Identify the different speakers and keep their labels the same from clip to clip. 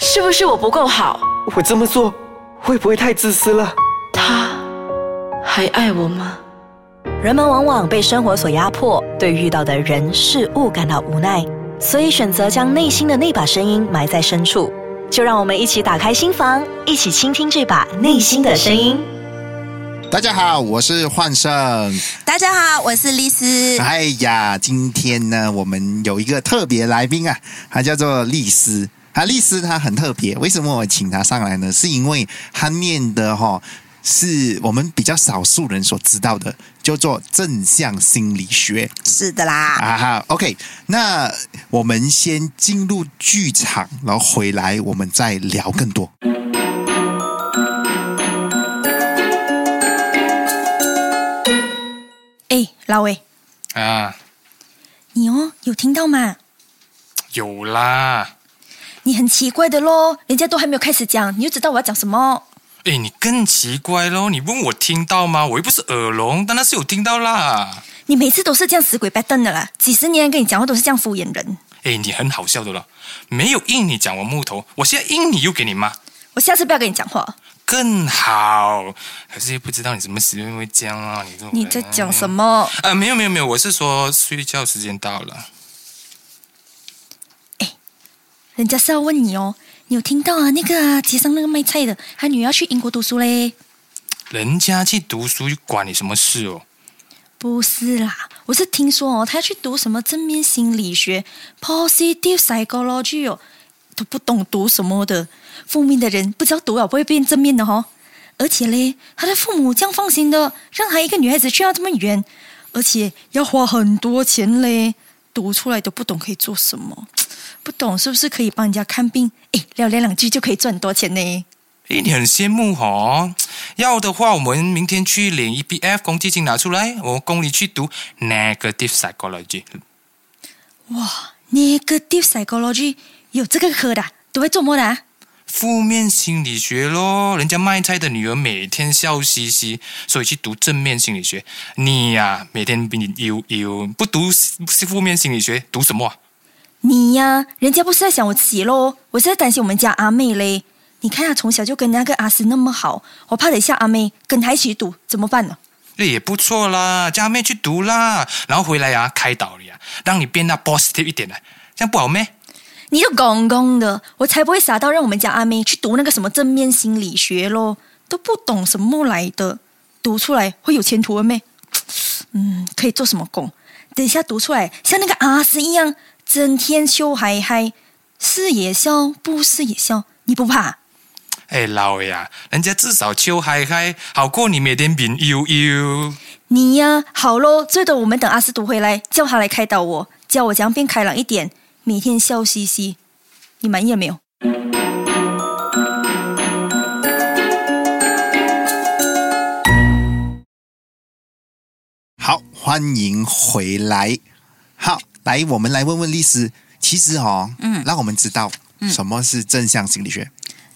Speaker 1: 是不是我不够好？
Speaker 2: 我这么做会不会太自私了？
Speaker 1: 他还爱我吗？
Speaker 3: 人们往往被生活所压迫，对遇到的人事物感到无奈，所以选择将内心的那把声音埋在深处。就让我们一起打开心房，一起倾听这把内心的声音。
Speaker 4: 大家好，我是幻胜。
Speaker 5: 大家好，我是丽丝。
Speaker 4: 哎呀，今天呢，我们有一个特别来宾啊，他叫做丽丝。啊，丽丝她很特别，为什么我请她上来呢？是因为她念的哈、是我们比较少数人所知道的，叫做正向心理学
Speaker 5: 是的啦，
Speaker 4: 啊哈。OK，那我们先进入剧场，然后回来我们再聊更多。
Speaker 5: 哎，老魏，
Speaker 6: 啊，
Speaker 5: 你哦，有听到吗？
Speaker 6: 有啦。
Speaker 5: 你很奇怪的咯，人家都还没有开始讲，你就知道我要讲什么。
Speaker 6: 哎，你更奇怪咯，你问我听到吗？我又不是耳聋，当然是有听到啦。
Speaker 5: 你每次都是这样死鬼白瞪的啦，几十年跟你讲话都是这样敷衍人。
Speaker 6: 哎，你很好笑的了，没有应你讲我木头，我现在应你又给你骂，
Speaker 5: 我下次不要跟你讲话。
Speaker 6: 更好。可是不知道你什么时候会这样啊？你这种
Speaker 5: 你
Speaker 6: 人
Speaker 5: 在讲什？么？
Speaker 6: 啊，没有没有没有，我是说睡觉时间到了。
Speaker 5: 人家是要问你哦，你有听到啊？那个啊，街上那个卖菜的，他女儿要去英国读书嘞？
Speaker 6: 人家去读书，管你什么事哦？
Speaker 5: 不是啦，我是听说哦，他要去读什么正面心理学 （positive psychology） 哦，都不懂读什么的。负面的人不知道读了不会变正面的哦。而且嘞，他的父母这样放心的让他一个女孩子去到这么远，而且要花很多钱嘞，读出来都不懂可以做什么，不懂是不是可以帮人家看病？诶，聊聊两句就可以赚很多钱呢。
Speaker 6: 哎，你很羡慕哦。要的话，我们明天去领 EBF 公积金拿出来，我供你去读 negative psychology。
Speaker 5: 哇，negative psychology 有这个科的啊，都会做么的、啊？
Speaker 6: 负面心理学咯，人家卖菜的女儿每天笑嘻嘻，所以去读正面心理学。你呀、每天比你有有不读负面心理学，读什么、啊？
Speaker 5: 你呀，人家不是在想我自己喽，我是在担心我们家阿妹嘞。你看她从小就跟那个阿斯那么好，我怕等一下阿妹跟她一起赌怎么办呢？
Speaker 6: 那也不错啦，叫阿妹去读啦，然后回来呀、开导你啊，让你变得 positive 一点啊，这样不好咩？
Speaker 5: 你就公公的，我才不会傻到让我们家阿妹去读那个什么正面心理学咯，都不懂什么来的，读出来会有前途的咩？嗯，可以做什么工？等一下读出来像那个阿斯一样，整天羞嗨嗨，是也笑，不是也笑，你不怕？
Speaker 6: 哎，老爷啊，人家至少秋嗨嗨，好过你每天病悠悠。
Speaker 5: 你呀、好喽，最多我们等阿斯读回来，叫他来开导我，教我怎样变开朗一点，每天笑嘻嘻。你满意了没有？
Speaker 4: 好，欢迎回来。好，来，我们来问问律师，其实哦，嗯，让我们知道什么是正向心理学。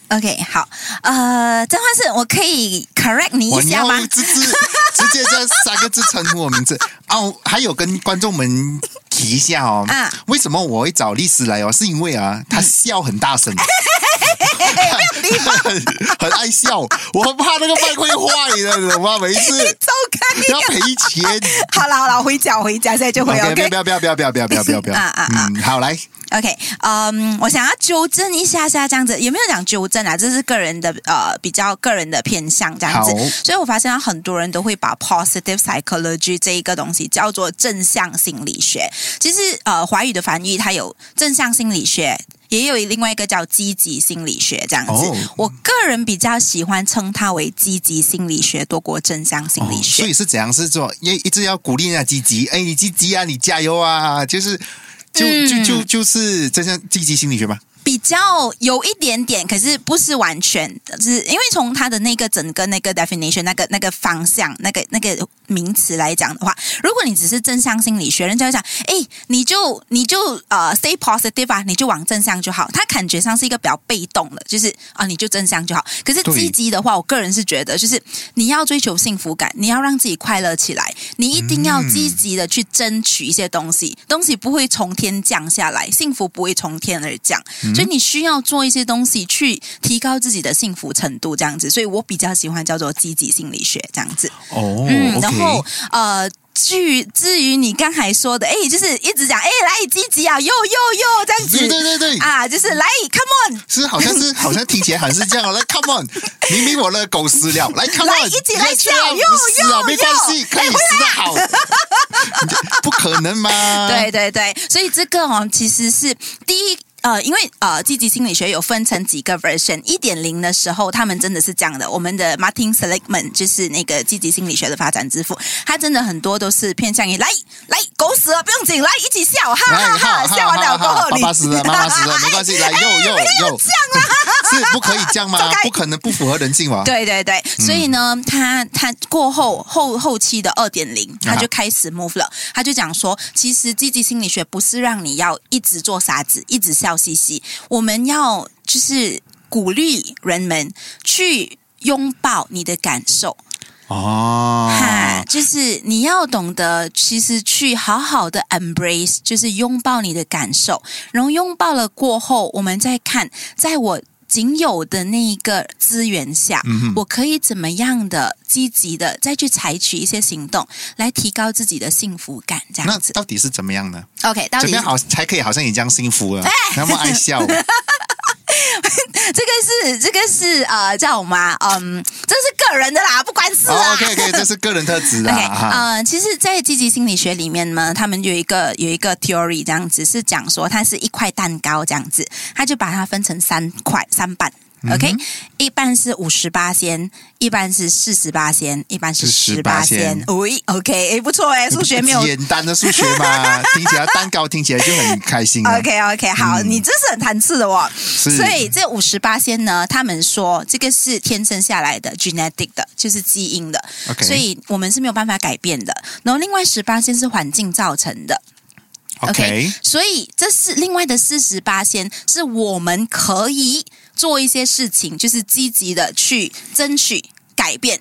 Speaker 7: OK，好，呃，这话是我可以 correct 你
Speaker 4: 我
Speaker 7: 一下 吗？
Speaker 4: 直直直接这三个字称呼我名字哦。还有跟观众们提一下哦，
Speaker 7: 啊
Speaker 4: 为什么我会找律师来哦？是因为啊，
Speaker 7: 嗯
Speaker 4: 他笑很大声。很 很爱笑，我很怕那个麦会坏的，你懂吗？每一 次
Speaker 7: 走开！
Speaker 4: 要赔 钱。
Speaker 7: 好了好了，我回家我回家，现在就回 OK
Speaker 4: 不要不要不要不要不要不要不要不要
Speaker 7: 啊啊啊
Speaker 4: 嗯，好来，
Speaker 7: OK，嗯，我想要纠正一下下这样子，也没有讲纠正啊，这是个人的呃比较个人的偏向这样子
Speaker 4: 好，
Speaker 7: 所以我发现到很多人都会把 positive psychology 这一个东西叫做正向心理学。其实呃，华语的翻译它有正向心理学。也有另外一个叫积极心理学这样子
Speaker 4: 哦
Speaker 7: 我个人比较喜欢称它为积极心理学多过正向心理
Speaker 4: 哦
Speaker 7: 学。
Speaker 4: 所以是怎样？是说一一直要鼓励人家积极，哎，你积极啊，你加油啊，就是就就就就是这像积极心理学吗？
Speaker 7: 比较有一点点，可是不是完全，就是因为从它的那个整个那个 definition 那个那个方向那个那个名词来讲的话，如果你只是正向心理学，人家会讲，哎，你就你就呃 stay positive 啊，你就往正向就好。它感觉上是一个比较被动的，就是啊、你就正向就好。可是
Speaker 4: 对
Speaker 7: 积极的话，我个人是觉得，就是你要追求幸福感，你要让自己快乐起来，你一定要积极的去
Speaker 4: 嗯
Speaker 7: 争取一些东西，东西不会从天降下来，幸福不会从天而降。
Speaker 4: 嗯
Speaker 7: 所以你需要做一些东西去提高自己的幸福程度，这样子。所以我比较喜欢叫做积极心理学这样子。
Speaker 4: 哦，
Speaker 7: 嗯，
Speaker 4: OK
Speaker 7: 然后呃。至于至于你刚才说的，哎，就是一直讲，哎，来积极啊，又又又这样子，
Speaker 4: 对对对对
Speaker 7: 啊，就是来，come on，
Speaker 4: 是好像 是好像听起来好像是这样哦。来，come on，明明我的狗死了， 来，come
Speaker 7: 来
Speaker 4: on，
Speaker 7: 一起来
Speaker 4: Yes，
Speaker 7: 笑
Speaker 4: yeah，
Speaker 7: 哟
Speaker 4: 死
Speaker 7: 哟
Speaker 4: 啊，没关系，
Speaker 7: 哟
Speaker 4: 可以死的好，你这不可能吗？
Speaker 7: 对对对，所以这个哦，其实是第一。呃，因为呃，积极心理学有分成几个 version。一点零的时候，他们真的是这样的。我们的 Martin Seligman 就是那个积极心理学的发展之父，他真的很多都是偏向于来来狗死了不用紧，来一起笑，哈
Speaker 4: 来。
Speaker 7: 哈哈！笑完了过后
Speaker 4: 爸
Speaker 7: 你，
Speaker 4: 爸死了，妈妈死了，没关系，来，又又又，是不可以这 样吗
Speaker 7: 走？开
Speaker 4: 不可能，不符合人性嘛。
Speaker 7: 对对对，所以呢，他他过后后后期的二点零，他就开始 move 了，他就讲说，其实积极心理学不是让你要一直做傻子，一直笑嘻嘻，我们要就是鼓励人们去拥抱你的感受。
Speaker 4: 哦，
Speaker 7: 哈，就是你要懂得，其实去好好的 embrace，就是拥抱你的感受，然后拥抱了过后，我们再看，在我仅有的那一个资源下，
Speaker 4: 嗯
Speaker 7: 我可以怎么样的积极的再去采取一些行动，来提高自己的幸福感，这
Speaker 4: 那
Speaker 7: 样子。
Speaker 4: 到底是怎么样呢？
Speaker 7: OK，到
Speaker 4: 怎
Speaker 7: 底
Speaker 4: 么
Speaker 7: 是哎
Speaker 4: 样好才可以好像你这样幸福了，那么爱 笑？哦
Speaker 7: 这个是这个是呃叫什么啊？嗯，这是个人的啦，不关事啊啦。
Speaker 4: 哦，OK OK，这是个人特质
Speaker 7: OK，
Speaker 4: 啊。哈
Speaker 7: 呃，其实，在积极心理学里面呢，他们有一个有一个 theory 这样子，是讲说它是一块蛋糕这样子，他就把它分成三块三半。OK，、一半是五十八仙，一半是四十八仙，一半是
Speaker 4: 是
Speaker 7: 十八仙
Speaker 4: 18。
Speaker 7: 喂，OK，哎，不错哎，数学没有
Speaker 4: 简单的数学 嘛，听起来蛋糕听起来就很开心啊了。
Speaker 7: OK OK，好，你这是很谈次的哦。
Speaker 4: 嗯是
Speaker 7: 所以这五十八仙呢，他们说这个是天生下来的 genetic 的，就是基因的
Speaker 4: OK
Speaker 7: 所以我们是没有办法改变的。然后另外十八仙是环境造成的。
Speaker 4: OK，
Speaker 7: 所以这是另外的四十八仙，是我们可以做一些事情，就是积极的去争取改变，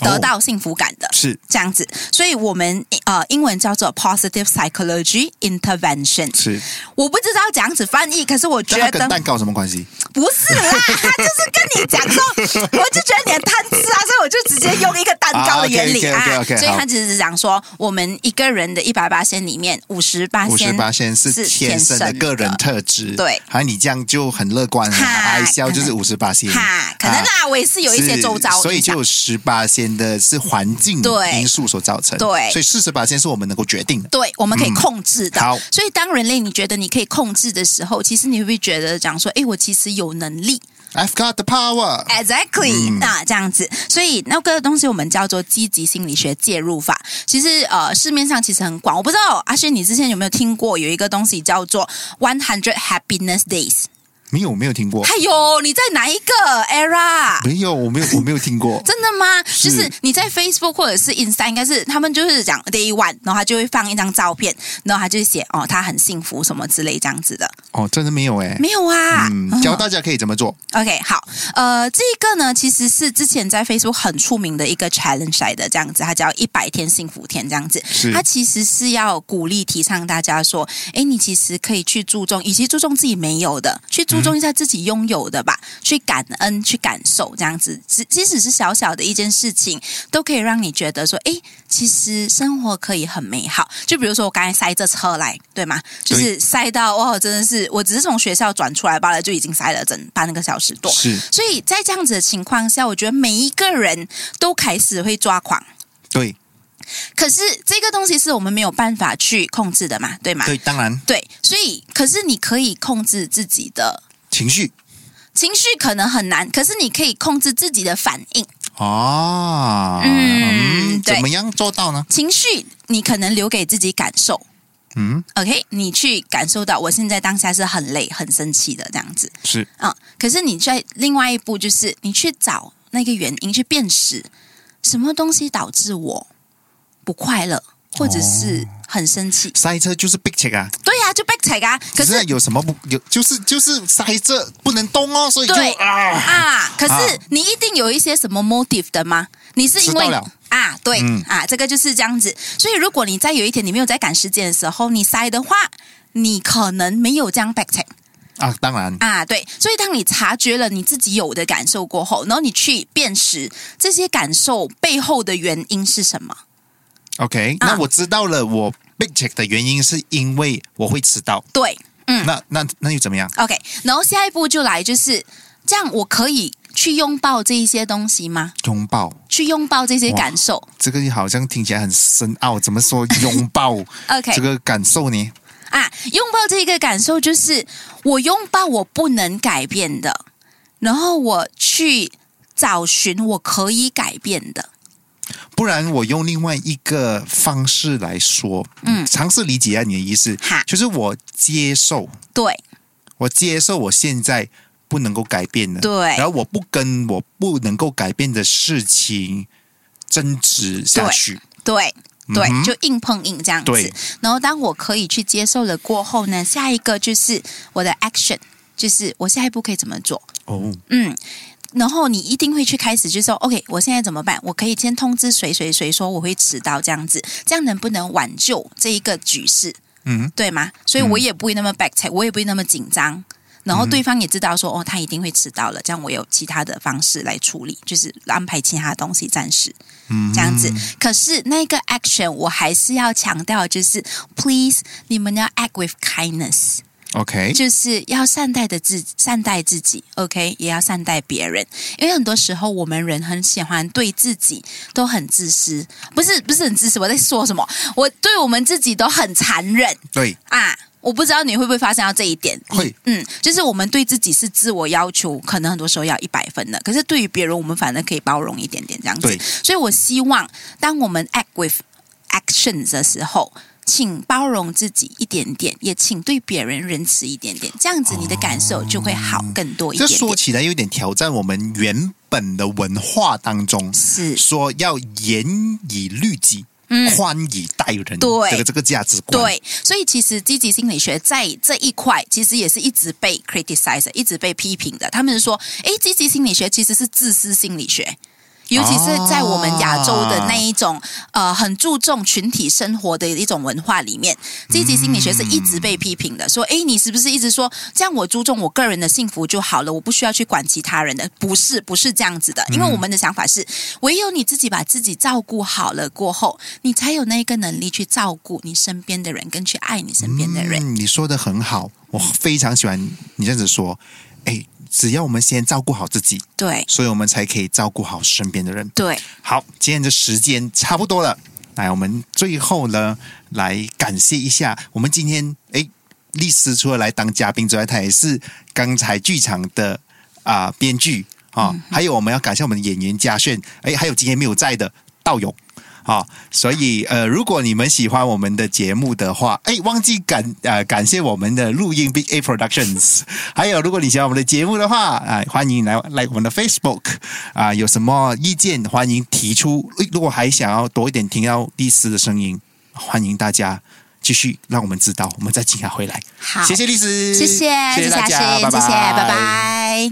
Speaker 4: 哦
Speaker 7: 得到幸福感的。
Speaker 4: 是
Speaker 7: 这样子，所以我们呃，英文叫做 positive psychology intervention。
Speaker 4: 是，
Speaker 7: 我不知道怎样子翻译，可是我觉
Speaker 4: 这跟
Speaker 7: 得
Speaker 4: 蛋糕有什么关系？
Speaker 7: 不是啦，他就是跟你讲说，我就觉得你很贪吃啊，所以我就直接用一个蛋糕的原理啊
Speaker 4: 啊，，OK，OK，OK，OK，
Speaker 7: 所以
Speaker 4: 好
Speaker 7: 他只是讲说，我们一个人的一百八仙里面，五十八
Speaker 4: 五十八仙是天生的个人特质，
Speaker 7: 对
Speaker 4: 还你这样就很乐观了，
Speaker 7: 哈
Speaker 4: 爱笑就是
Speaker 7: 可能
Speaker 4: 五十八仙，
Speaker 7: 哈，可能
Speaker 4: 啊
Speaker 7: 啦，我也是有一些周遭影响，
Speaker 4: 所以就有十八仙的是环境
Speaker 7: 对
Speaker 4: 因素所造成，
Speaker 7: 对
Speaker 4: 所以四十八仙是我们能够决定的，
Speaker 7: 对，我们可以控制
Speaker 4: 嗯
Speaker 7: 的。
Speaker 4: 好
Speaker 7: 所以当人类你觉得你可以控制的时候，其实你会不会觉得讲说，诶，我其实有能力，
Speaker 4: I've got the power。
Speaker 7: Exactly，、那
Speaker 4: 嗯
Speaker 7: 这样子，所以那个东西我们叫做积极心理学介入法。其实呃，市面上其实很广，我不知道啊阿轩你之前有没有听过有一个东西叫做 One Hundred Happiness Days？
Speaker 4: 没有，我没有听过，
Speaker 7: 哎呦，你在哪一个 era？。
Speaker 4: 没有，我没有，我没有听过
Speaker 7: 真的吗？
Speaker 4: 是
Speaker 7: 就是你在 Facebook 或者是 Insta，应该是他们就是讲 Day One，然后他就会放一张照片，然后他就写哦，他很幸福什么之类这样子的。
Speaker 4: 哦，真的没有哎。
Speaker 7: 没有啊，
Speaker 4: 嗯，教大家可以怎么做。
Speaker 7: OK，好，呃，这个呢，其实是之前在 Facebook 很出名的一个 challenge 来的，这样子，它叫一百天幸福天这样子
Speaker 4: 是，
Speaker 7: 它其实是要鼓励提倡大家说，诶，你其实可以去注重，以及注重自己没有的，去注重一下自己拥有的吧，去感恩，去感受这样子，即即使是小小的一件事情，都可以让你觉得说，诶，其实生活可以很美好。就比如说我刚才塞这车来，对吗？就是塞到哇，真的是，我只是从学校转出来罢了，就已经塞了整半个小时多。
Speaker 4: 是
Speaker 7: 所以在这样子的情况下，我觉得每一个人都开始会抓狂。
Speaker 4: 对
Speaker 7: 可是这个东西是我们没有办法去控制的嘛，对吗？
Speaker 4: 对，当然
Speaker 7: 对所以可是你可以控制自己的
Speaker 4: 情绪
Speaker 7: 情绪，可能很难，可是你可以控制自己的反应。
Speaker 4: 哦，
Speaker 7: 嗯对
Speaker 4: 怎么样做到呢？
Speaker 7: 情绪你可能留给自己感受。
Speaker 4: 嗯
Speaker 7: ，OK，你去感受到我现在当下是很累、很生气的这样子。
Speaker 4: 是
Speaker 7: 嗯，可是你在另外一步就是你去找那个原因，去辨识什么东西导致我不快乐，或者是
Speaker 4: 哦
Speaker 7: 很生气。
Speaker 4: 塞车就是 big check 啊，
Speaker 7: 对呀、就 back 踩啊。可是
Speaker 4: 那有什么不有？就是就是塞车不能动哦，所以就
Speaker 7: 对
Speaker 4: 啊，
Speaker 7: 啊，可是
Speaker 4: 啊
Speaker 7: 你一定有一些什么 motive 的吗？你是因为
Speaker 4: 知道了
Speaker 7: 啊，对、
Speaker 4: 嗯
Speaker 7: 啊，这个就是这样子。所以如果你在有一天你没有在赶时间的时候，你塞的话，你可能没有这样 back check。
Speaker 4: 啊，当然，
Speaker 7: 啊，对，所以当你察觉了你自己有的感受过后，然后你去辨识这些感受背后的原因是什么。
Speaker 4: OK，、
Speaker 7: 啊
Speaker 4: 那我知道了，我 big check 的原因是因为我会迟到。
Speaker 7: 对，嗯
Speaker 4: 那那那又怎么样？
Speaker 7: ，OK，然后下一步就来就是这样，我可以去拥抱这一些东西吗？
Speaker 4: 拥抱，
Speaker 7: 去拥抱这些
Speaker 4: 哇
Speaker 7: 感受
Speaker 4: 这个好像听起来很深奥。怎么说拥抱
Speaker 7: ？OK，
Speaker 4: 这个感受呢？
Speaker 7: 啊，拥抱这个感受就是我拥抱我不能改变的，然后我去找寻我可以改变的。
Speaker 4: 不然我用另外一个方式来说，嗯，尝试理解一下你的意思
Speaker 7: 好，
Speaker 4: 就是我接受，
Speaker 7: 对，
Speaker 4: 我接受我现在不能够改变的，
Speaker 7: 对
Speaker 4: 然后我不跟我不能够改变的事情争执下去，
Speaker 7: 对。对
Speaker 4: 嗯，哼
Speaker 7: 就硬碰硬这样子
Speaker 4: 对。
Speaker 7: 然后当我可以去接受了过后呢，下一个就是我的 action，就是我下一步可以怎么做。
Speaker 4: 哦，
Speaker 7: 嗯，然后你一定会去开始就说，OK，我现在怎么办？我可以先通知谁谁谁说我会迟到这样子，这样能不能挽救这一个局势？
Speaker 4: 嗯，
Speaker 7: 对吗？所以我也不会那么 back 我也不会那么紧张。然
Speaker 4: 嗯
Speaker 7: 后对方也知道说，哦，他一定会迟到了，这样我有其他的方式来处理，就是安排其他东西暂时。
Speaker 4: 嗯
Speaker 7: 这样子。可是那个 action 我还是要强调，就是 please 你们要 act with kindness，
Speaker 4: ，OK，
Speaker 7: 就是要善待的自善待自己，OK，也要善待别人。因为很多时候我们人很喜欢对自己都很自私，不是不是很自私，我在说什么？我对我们自己都很残忍
Speaker 4: 对，
Speaker 7: 啊。我不知道你会不会发现到这一点，
Speaker 4: 会，
Speaker 7: 嗯，就是我们对自己是自我要求，可能很多时候要一百分的，可是对于别人，我们反而可以包容一点点这样子
Speaker 4: 对。
Speaker 7: 所以我希望，当我们 act with actions 的时候，请包容自己一点点，也请对别人仁慈一点点，这样子你的感受就会好更多一
Speaker 4: 这
Speaker 7: 点
Speaker 4: 说
Speaker 7: 点。
Speaker 4: 起来有点挑战我们原本的文化当中，
Speaker 7: 是
Speaker 4: 说要严以律己，宽以待人，
Speaker 7: 嗯对
Speaker 4: 这个这个价值观，，
Speaker 7: 对，所以其实积极心理学在这一块其实也是一直被 criticize，的一直被批评的。他们说，诶，积极心理学其实是自私心理学。尤其是在我们亚洲的那一种、呃很注重群体生活的一种文化里面，积极心理学是一直被批评的。说，诶，你是不是一直说这样我注重我个人的幸福就好了，我不需要去管其他人的？不是，不是这样子
Speaker 4: 嗯
Speaker 7: 的。因为我们的想法是，唯有你自己把自己照顾好了过后，你才有那个能力去照顾你身边的人，跟去爱你身边的人。
Speaker 4: 嗯，你说的很好，我非常喜欢你这样子说。哎，只要我们先照顾好自己，
Speaker 7: 对
Speaker 4: 所以我们才可以照顾好身边的人。
Speaker 7: 对，
Speaker 4: 好，今天的时间差不多了，来，我们最后呢，来感谢一下我们今天哎，律师除了来当嘉宾之外，他也是刚才剧场的啊、编剧啊，还有我们要感谢我们的演员嘉炫，哎，还有今天没有在的道勇。啊、所以呃，如果你们喜欢我们的节目的话，哎，忘记感呃感谢我们的录音 Big A Productions，还 有如果你喜欢我们的节目的话，啊、欢迎来来我们的 Facebook 啊、有什么意见欢迎提出。诶如果还想要多一点听到律师的声音，欢迎大家继续让我们知道，我们再请他回来。
Speaker 7: 好，
Speaker 4: 谢谢律师，
Speaker 7: 谢谢，谢谢
Speaker 4: 谢大
Speaker 7: 阿
Speaker 4: 家，
Speaker 7: 信
Speaker 4: 拜拜，
Speaker 7: 谢谢，拜拜。